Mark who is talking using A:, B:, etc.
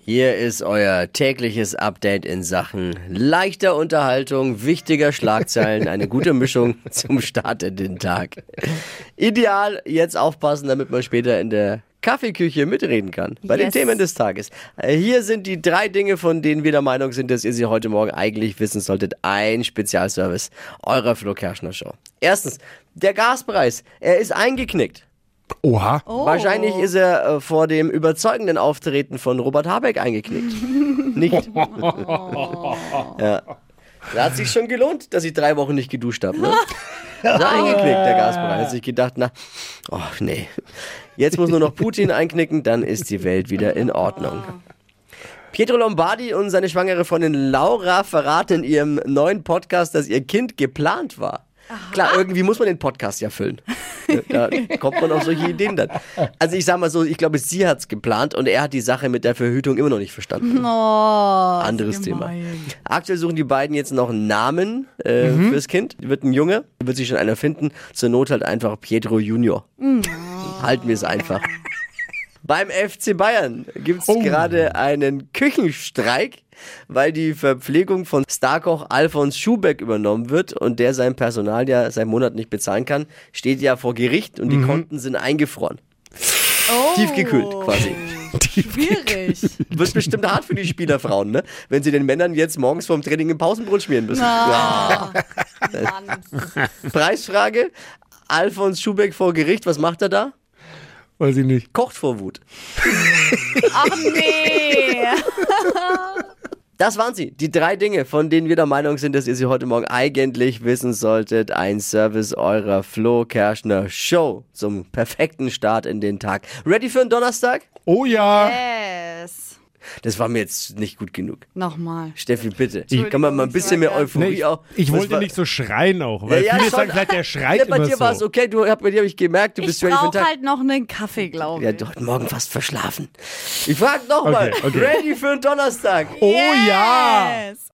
A: Hier ist euer tägliches Update in Sachen leichter Unterhaltung, wichtiger Schlagzeilen, eine gute Mischung zum Start in den Tag. Ideal, jetzt aufpassen, damit man später in der Kaffeeküche mitreden kann bei den
B: Yes.
A: Themen des Tages. Äh, Hier sind die drei Dinge, von denen wir der Meinung sind, dass ihr sie heute Morgen eigentlich wissen solltet. Ein Spezialservice eurer Flo Kerschner Show. Erstens, der Gaspreis. Er ist eingeknickt.
C: Oha.
A: Oh. Wahrscheinlich ist er äh, vor dem überzeugenden Auftreten von Robert Habeck eingeknickt. nicht? ja. Da hat sich schon gelohnt, dass ich drei Wochen nicht geduscht habe. Ne? Da eingeknickt, der Gaspreis. Hat sich gedacht, na, oh nee. Jetzt muss nur noch Putin einknicken, dann ist die Welt wieder in Ordnung. Pietro Lombardi und seine schwangere Freundin Laura verraten in ihrem neuen Podcast, dass ihr Kind geplant war. Klar, irgendwie muss man den Podcast ja füllen. Da kommt man auf solche Ideen dann. Also ich sag mal so, ich glaube, sie hat's geplant und er hat die Sache mit der Verhütung immer noch nicht verstanden. Anderes Thema. Aktuell suchen die beiden jetzt noch einen Namen äh, fürs Kind. Wird ein Junge, wird sich schon einer finden. Zur Not halt einfach Pietro Junior. Halten wir es einfach. Beim FC Bayern gibt es gerade einen Küchenstreik, weil die Verpflegung von Starkoch Alfons Schubeck übernommen wird und der sein Personal ja seit Monat nicht bezahlen kann, steht ja vor Gericht und die Konten sind eingefroren. Tiefgekühlt quasi.
B: Schwierig.
A: Wird bestimmt hart für die Spielerfrauen, ne? Wenn sie den Männern jetzt morgens vorm Training im Pausenbrot schmieren müssen.
B: Mann.
A: Ja. Preisfrage: Alfons Schubeck vor Gericht, was macht er da?
C: Weiß ich nicht.
A: Kocht vor Wut.
B: Ach nee.
A: Das waren sie, die drei Dinge, von denen wir der Meinung sind, dass ihr sie heute Morgen eigentlich wissen solltet. Ein Service eurer Flo Kerschner Show zum perfekten Start in den Tag. Ready für einen Donnerstag?
C: Oh ja.
B: Yes.
A: Das war mir jetzt nicht gut genug.
B: Nochmal.
A: Steffi, bitte. Kann man mal ein bisschen mehr Euphorie
C: Nee, ich,
A: auch.
C: ich
A: Was
C: wollte
A: war-
C: nicht so schreien auch, weil viele
A: schon.
C: sagen vielleicht, der
A: Ja,
C: schreit
A: bei
C: immer
A: dir
C: so.
A: war es okay. Du, hab, bei dir habe ich gemerkt, du
B: Ich
A: bist ready für den
B: brauche
A: Tag.
B: halt noch einen Kaffee, glaube ich.
A: ja, du hast morgen fast verschlafen. Ich frage nochmal.
C: Okay, okay.
A: Ready für einen Donnerstag?
C: Oh ja.
B: Yes.